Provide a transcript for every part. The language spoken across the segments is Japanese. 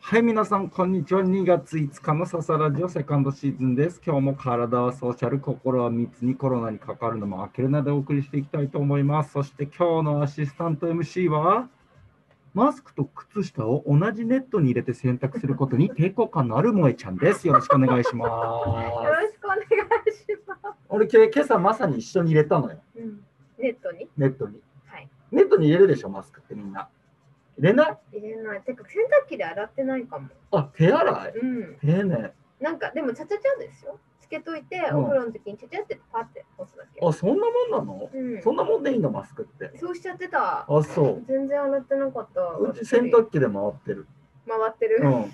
はい、皆さん、こんにちは。2月5日のササラジオセカンドシーズンです。今日も体はソーシャル、心は密にコロナにかかるのもあけるなでお送りしていきたいと思います。そして今日のアシスタント MC は、マスクと靴下を同じネットに入れて洗濯することに抵抗感のある萌えちゃんです。よろしくお願いしまよろしくお願いしますす。。 俺、今朝まさに一緒に入れたのよ、ネットにネットに。はいネットに入れるでしょ、マスクってみんな。入れない入れない。てか洗濯機で洗ってないかも。あ、手洗い。うん。丁寧。なんかでもちゃちゃちゃですよ。つけといて、うんお風呂の時にちゃちゃってパって押すだけ。あ、そんなもんなのうん。そんなもんでいいの、マスクって。そうしちゃってた。あ、そう。全然洗ってなかった。うち洗濯機で回ってる。回ってる。うやん。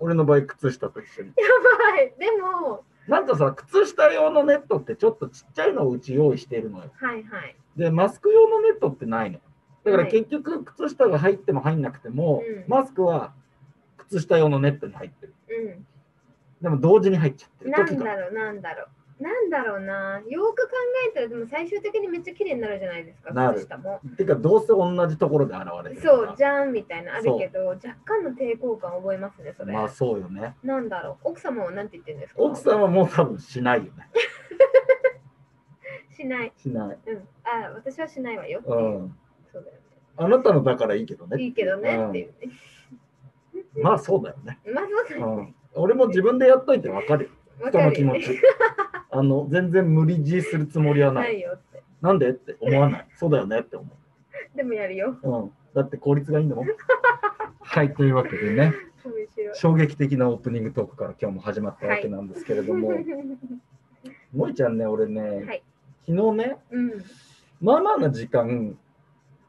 俺の場合、靴下と一緒に。ばい。でも、なんかさ、靴下用のネットってちょっとちっちゃいのをうち用意してるのよ。はいはい。で、マスク用のネットってないの。だからはい結局、靴下が入っても入んなくても、うんマスクは靴下用のネットに入ってる。うでも同時に入っちゃってん。るな時んだが。ろう、なんだろう。なんだろうな。よく考えたら、でも最終的にめっちゃ綺麗になるじゃないですか、なる靴下も。てか、どうせ同じところで現れるから。そう、じゃんみたいなあるけど、若干の抵抗感覚えますね、それ。まあそうよね。なんだろう奥様は何て言ってるんですか奥さんはもう多分しないよね。しない。しない。うん。あ、私はしないわよっていうう。ん。そうだよあなたのだからいいけどね。ね。いいけどねっていうね。うんまあそうだよね。まあそうだうよね。ん、俺も自分でやっといてわかるよわ人かのる気よ持ね。ち あの全然無理強いするつもりはな、ないいよって。なんでって思わない そうだよねって思でもやるよ。う、うん、だって効率がいいんだもん はいというわけでね面白い。衝撃的なオープニングトークから今日も始まったわけなんですけれども、 もいちゃんね俺ね、 はい昨日ねうん。まあまあな時間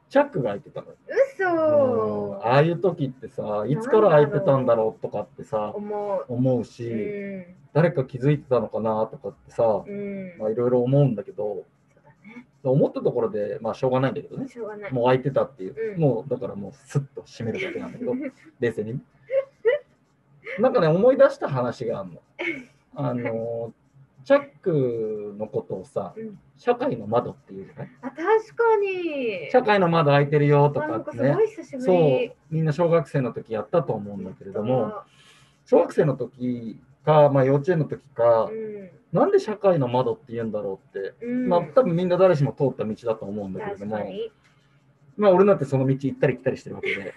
チャックが開いてたのようん嘘ああいう時ってさいつから開いてたんだろうとかってさ思う。思うし、うん。誰か気づいてたのかなとかってさ、うん。まあ、いろいろ思うんだけど、思ったところで、まあ、しょうがないんだけどね、しょうがない。もう空いてたっていう、うんもうだからもうスッと閉めるだけなんだ けど、冷静に。なんかね、思い出した話があるの。あの、チャックのことをさ、うん社会の窓っていうじゃないあ、確かに。社会の窓開いてるよとあかなんっかてすねご。い久しぶそうり。、みんな小学生の時やったと思うんだけれども、小学生の時か、まあ幼稚園の時かう、ん。なんで社会の窓って言うんだろうってうん。まあ多分みんな誰しも通った道だと思うんだけれど確もか、に。まあ俺なんてその道行ったり来たりしてるわけ で、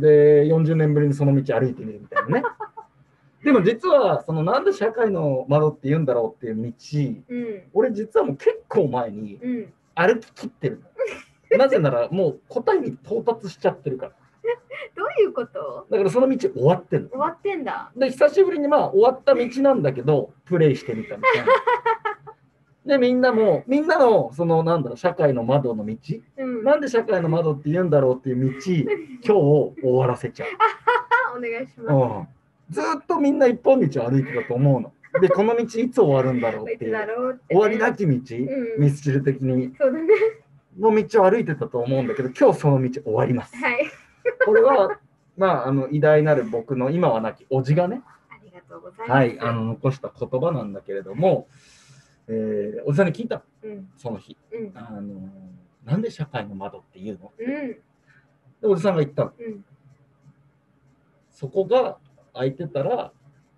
で、40年ぶりにその道歩いてみるみたいなね。でも実は、そのなんで社会の窓って言うんだろうっていう道、うん。俺実はもう結構前にうん。歩き切ってる。 なぜならもう答えに到達しちゃってるから。どういうことだからその道終わってる終わってんだ。で、久しぶりにまあ終わった道なんだけど、プレイしてみたみたい な。で、みんなも、みんなの、その、なんだろう、社会の窓の道、うん。なんで社会の窓って言うんだろうっていう道、今日を終わらせちゃう。お願いします。うん、ずーっとみんな一本道を歩いてたと思うの。で、この道いつ終わるんだろういってついだ う。ろうって、終わりなだ。き道、うん。ミスチル的に、そうだね。の道を歩いてたと思うんだけど、今日その道終わります。はい。これは、まあ、あの、偉大なる僕の今は亡きおじがね、ありがとうございます。はい、あの残した言葉なんだけれども、えーおじさんに聞いたのうん。その日、うん。あのなんで社会の窓っていうのうん。でおじさんが言ったのうん。そこが開いてたら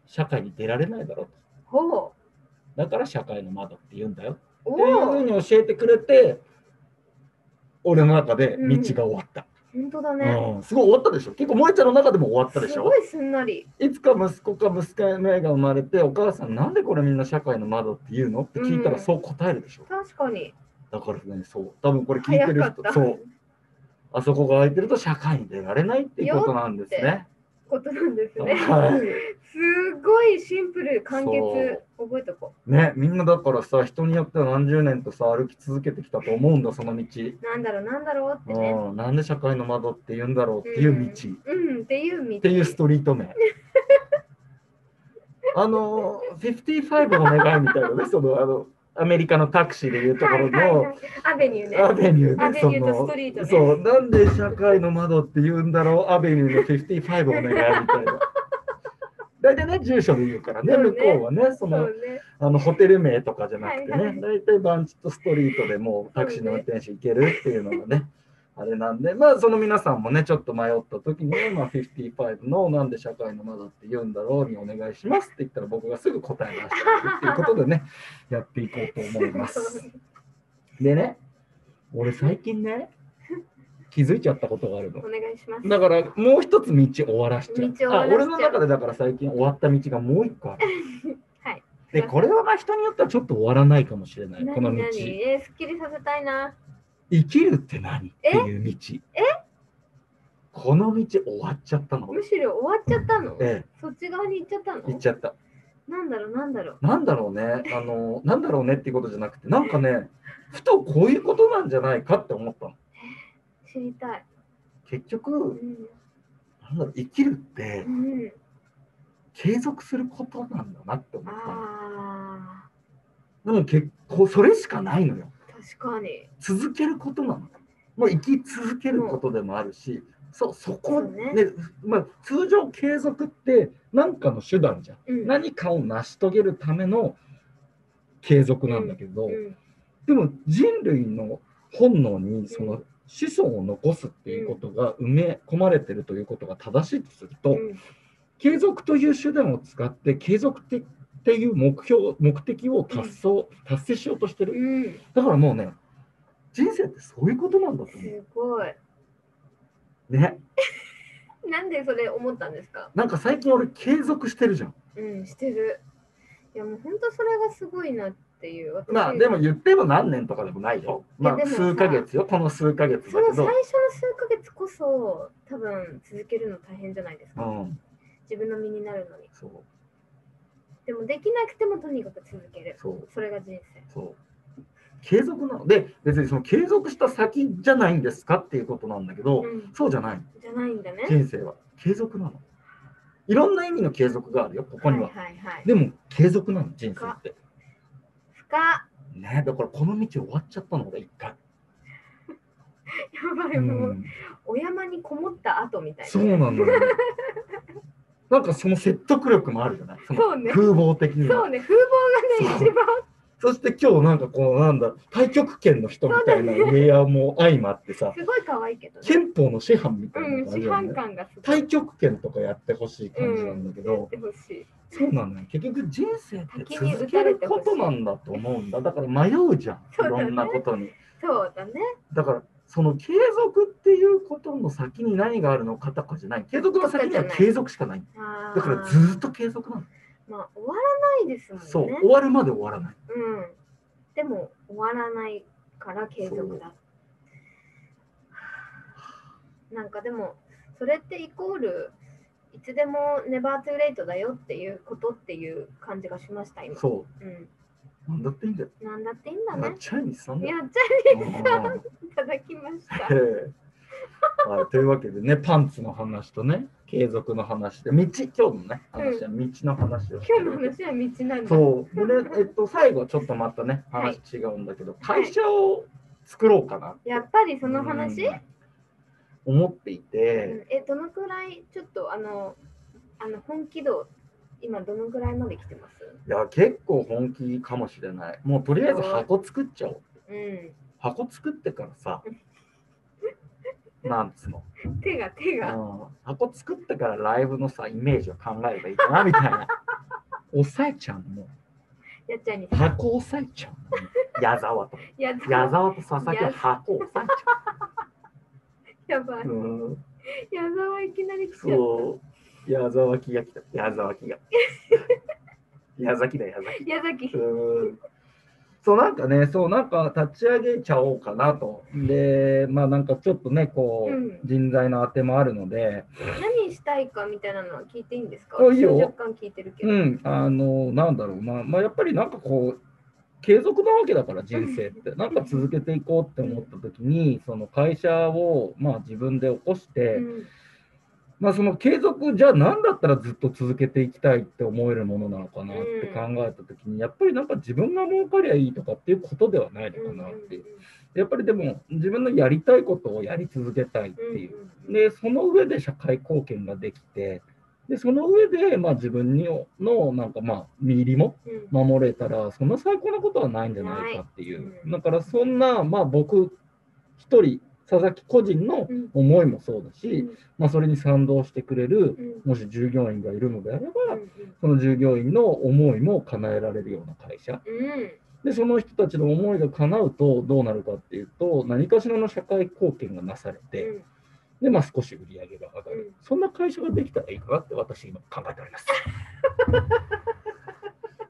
社会に出られないだろうとほう。だから社会の窓って言うんだよおっていうふお。うに教えてくれて俺の中で道が終わった、本当だうんね。すごい終わったでしょ結構萌えちゃんの中でも終わったですしょごいすんなり。いつか息子か娘が生まれてお母さんなんでこれみんな社会の窓って言うのって聞いたらそう答えるでしょ、確かに。だからね、そう、多分これ聞いてる早かっ人、たそう、あそこが空いてると社会に出られないっていうことなんですね。ことなんですね。はすごいシンプル、簡潔。覚えとこい。ね、みんなだからさ、人によっては何十年とさ、歩き続けてきたと思うんだ、その道。う。なんだろう、なんだろうってね。うん、なんで社会の窓って言うんだろうっていう道、っうん。っていう道。っていうストリート 名。あの、55の願いみたいなね、その、あの、アメリカのタクシーでいうところはいはいのは、い。アベニューね。アベニューアね、ベそニューとスのトリートね。そう、なんで社会の窓って言うんだろう、アベニューの55お願いみたい な。大体ね、住所で言うからね、そうね向こうはね、そそのうね。あのホテル名とかじゃなくてはいはね、い大体バンチとストリートでもうタクシーの運転手行けるっていうのがね、あれなんで、まあその皆さんもね、ちょっと迷った時に、まあ55のなんで社会の窓って言うんだろうにお願いしますって言ったら僕がすぐ答え出してくれるっていうことで ね、やっていこうと思います。でね、俺最近ね、気づいちゃったことがあるのお。願いします。だからもう一つ道終わらしちゃう。道終わらしあちゃう俺の中でだから最近終わった道がもう一個ある。はい。で、これはまあ人によってはちょっと終わらないかもしれない、この何道。何えー、すっきりさせたいな。生きるって何っていう道。えこの道終わっちゃったの。むしろ終わっちゃったの、えそっち側に行っちゃったのえ、行っちゃった。なんだろうなんだろうなんだろうね、あの、なんだろうねっていうことじゃなくて、なんかね、ふとこういうことなんじゃないかって思ったの。知りたい。結う局、ん。なんだろう、生きるってうん、継続することなんだなって思ったの。あでも結構、それしかないのよ。ー確かに。続けることなの。もう生き続けることでもあるし、そそこそうねねまあ、通常継続って何かの手段じゃん。うん、何かを成し遂げるための継続なんだけど、うんでも人類の本能にそうの子孫を残すっていうことが埋め込まれてるということが正しいとすると、うん継続という手段を使って継続的っていう目標目的を達成,、達成しようとしてるうん、だからもうね人生ってそういうことなんだと思すごい。うねなんでそれ思ったんですかなんか最近俺継続してるじゃんうん、してる。いやもう本当それがすごいなっていう。私まあでも言っても何年とかでもないよまあいやでもさ数ヶ月よこの数ヶ月そだのけ最初のど、数ヶ月こそ多分続けるの大変じゃないですうか。ん、自分の身になるのに。そうでもできなくてもとにかく続ける。そうそれが人生。そう。継続なので、別にその継続した先じゃないんですかっていうことなんだけど、うん、そうじゃない。じゃないんだね。人生は継続なの。いろんな意味の継続があるよ、ここには。はいはいはい。でも、継続なの、人生って。深っねだからこの道終わっちゃったのが一回。やばい、もう、お山にこもった後みたいな。そうなん だよね。なんかその説得力もあるじゃないそのそうね風貌的にそはうね、風貌がそうね、一番そして今日なんかこうなんだ太極拳の人みたいなウェアも相まってさすごい可愛いけどね。憲法の師範みたいなうん、感じ市だよね販感がすごい。太極拳とかやってほしい感じなんだけど、やってほしい。そうなのよ結局人生って先に続打けたれるてこほしいとなんだと思うんだだから迷うじゃんいそうだねろんなことにそうだね。だからその継続っていうことの先に何があるのかとかじゃない継続の先には継続しかないあーだからずっと継続なのまあ、終わらないですもんね。そう終わるまで終わらないうん。でも、終わらないから継続だ。なんかでも、それってイコール、いつでもネバートゥーレイトだよっていうことっていう感じがしました、今。。そうん。うなんだっていいんだよなんだっていいんだなっね。ちゃいにさんだよやっちゃうんいただきました。ええはい、というわけでね、パンツの話とね、継続の話で、道、今日のね、話は道の話をして今日るの話は道なんだ。そう。でね、えっと、最後ちょっとまたね、はい話違うんだけど、会社を作ろうかな。やっぱりその話、うん思っていて、えどのくらいちょっとあのあの本気度今どのくらいまで来てますいや、結構本気かもしれない。もうとりあえず箱作っちゃおう。う箱作ってからさ、なんつうの、ん手が手うがん箱作ってからライブのさ、イメージを考えればいいかな、みたい な。抑えちゃうの。やっちゃいに箱押さえちゃうのね。矢沢と。やっ 矢沢と佐々木は箱押さえちゃ。やばいううん、やばはいきなり来ちゃっそう。矢沢木が来た。矢沢 木が。矢崎だ、矢た崎。矢崎うん。そう、なんかね、そう、なんか立ち上げちゃおうかなと。で、まあなんかちょっとね、こう、うん人材のあてもあるので、何したいかみたいなのは聞いていいんですかあいいよ私は若干聞いてるけど、うん、あの、なんだろうな、まあやっぱりなんかこう、継続なわけだから人生って、なんか続けていこうって思った時に、その会社を、まあ、自分で起こして、うんまあ、その継続、じゃあ何だったらずっと続けていきたいって思えるものなのかなって考えたときに、やっぱりなんか自分が儲かりゃいいとかっていうことではないのかなっていう。やっぱりでも自分のやりたいことをやり続けたいってうんうんいう。うんで、その上で社会貢献ができて、で、その上で、まあ自分にの、なんかまあ、身入りもうん守れたら、そんな最高なことはないんじゃないかっていう。ないだからそんな、まあ僕、一人佐々木個人のうん思いもそうだうんし、まあ、それに賛同してくれるうんもし従業員がいるのであればうんその従業員の思いも叶えられるような会社うんでその人たちの思いが叶うとどうなるかっていうと何かしらの社会貢献がなされて、うんで、まあ、少し売り上げが上がる、うんそんな会社ができたらいいかなって私今考えております。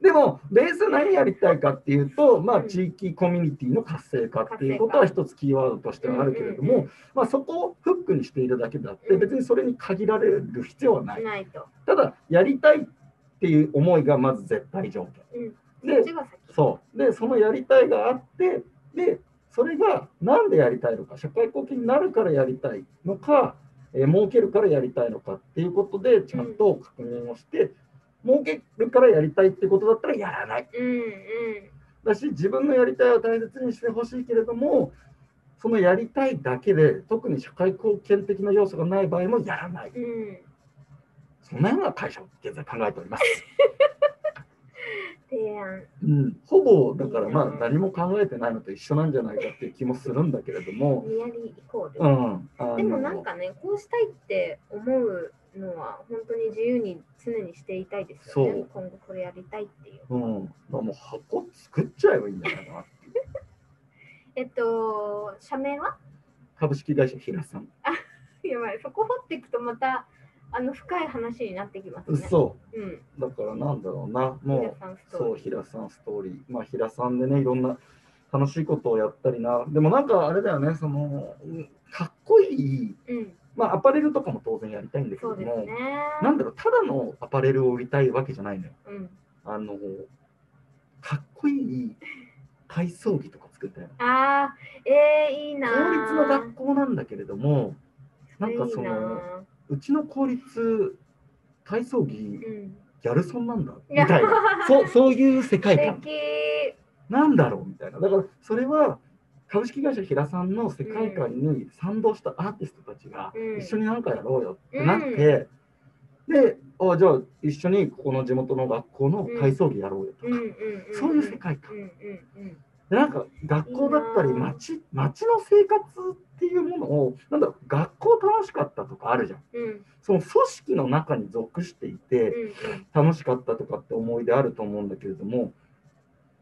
でもベースは何やりたいかっていうと、まあ、うん地域コミュニティの活性化っていうことは活一つキーワードとしてはあるけれどうんうんも、まあ、そこをフックにしているだけであっうてん別にそれに限られる必要はないないと。ただやりたいっていう思いがまず絶対条うん件でそっちが先。そう。で、そのやりたいがあって、で、それがなんでやりたいのか、社会貢献になるからやりたいのか、えー儲けるからやりたいのかっていうことで、ちゃんと確認をして、儲けるからやりたいってことだったらやらない。うんだし、自分のやりたいを大切にしてほしいけれども、そのやりたいだけで、特に社会貢献的な要素がない場合もやらない。うんうん。そんなような会社を現在考えております。提案。うん、ほぼだからまあ何も考えてないのと一緒なんじゃないかっていう気もするんだけれども、ニアリーイコール。うん、あでもなんのかね、こうしたいって思うのは本当に自由に常にしていたいですよそねう。今後これやりたいっていう。うん、だからもう箱作っちゃえばいいんじゃないかなっていう。えっと、社名は株式会社平さん。やばい、そこ掘っていくとまたあの深い話になってきますね。そうん。う。だからなんだろうな、皆もさんスう、トーそう、リ平さんストーリー。まあ、平さんでね、いろんな楽しいことをやったりな。でもなんかあれだよね、その、うんかっこいい、ー。うん。まあ、アパレルとかも当然やりたいんだけどそうも、ですね。なんだろう、ただのアパレルを売りたいわけじゃないのよ。うん。あの、かっこい い体操着とか作ったよ。あー、えー、いいなー。公立の学校なんだけれども、なんかいいそなの、ーうちの公立体操着ギうん。ャルソンなんだみいやたいな そうそういう世界素観敵。なんだろうみたいなだからそれは株式会社平さんの世界観に賛同したアーティストたちがうん一緒に何かやろうよってなって、であじゃあ一緒にここの地元の学校の体操着やろうよとうんうか、んうん。そういう世界観うんうんうん。でなんか学校だったりいいなあ町町の生活っていうものをなんだろう学校楽しかったとかあるじゃんうんうんその組織の中に属していて、うん。楽しかったとかって思い出あると思うんだけれども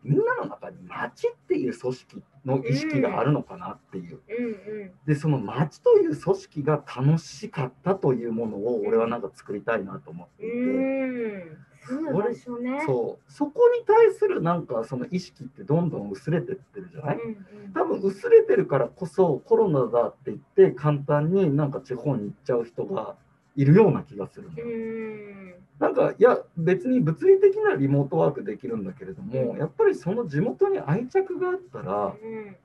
みんなの中に町っていう組織の意識があるのかなっていう、うんうん。でその町という組織が楽しかったというものを俺はなんか作りたいなと思ってういて、ん。住む場所ね。そうそこに対するなんかその意識ってどんどん薄れてってるじゃない、うんうん。多分薄れてるからこそコロナだって言って簡単になんか地方に行っちゃう人がいるような気がするのよ、うん。なんかいや別に物理的なリモートワークできるんだけれども、うんやっぱりその地元に愛着があったらうん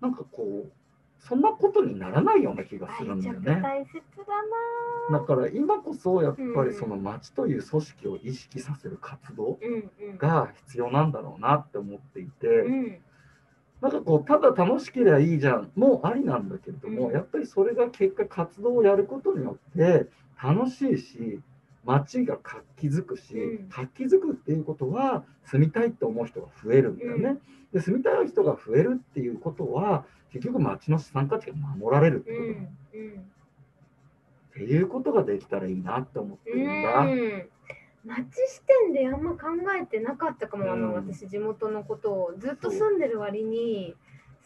なんかこうそんなことにならないような気がするんだよ愛着ね。大切だな。だから今こそやっぱうんりその町という組織を意識させる活動うんうん。が必要なんだろうなって思っていて、うん。なんかこうただ楽しければいいじゃんもうありなんだけれども、うんやっぱりそれが結果活動をやることによって楽しいし街が活気づくし、うん活気づくっていうことは住みたいって思う人が増えるんだよね。で住みたい人が増えるっていうことは結局街の資産価値が守られるってうことだ、ん。うん。っていうことができたらいいなって思ってうるんだ。ん。町視点であんま考えてなかったかも、あのうん私地元のことをずっとそう住んでる割に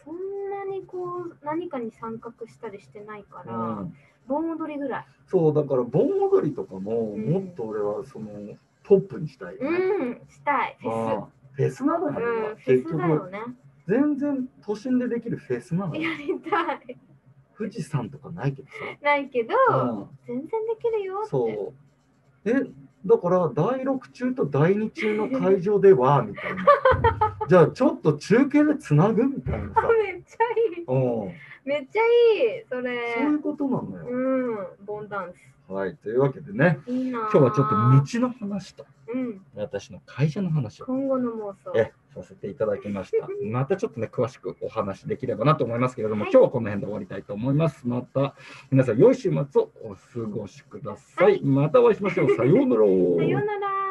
そんなにこう何かに参画したりしてないから、うん盆踊りぐらい、そうだから盆踊りとかもうんもっと俺はそのポップにしたいよね。うんしたいフェああフェスなのス、よ、うん、フ結ェス局だよね全然都心でできるフェスなのよやりたい富士山とかないけどないけど、さ、全然できるようっん、てそうえだから第6中と第2中の会場ではみたいなじゃあちょっと中継でつなぐみたいなあさ、 めっちゃいいうん、そうめっちゃいいそれいうことなのよ、うんボンダンスはいというわけでねいいな今日はちょっと道の話とうん私の会社の話を今後の妄想えさせていただきま した。またちょっとね、詳しくお話しできればなと思いますけれども、はい今日はこの辺で終わりたいと思います。また皆さん、良い週末をお過ごしください。はいまたお会いしましょう。さようなら。さようなら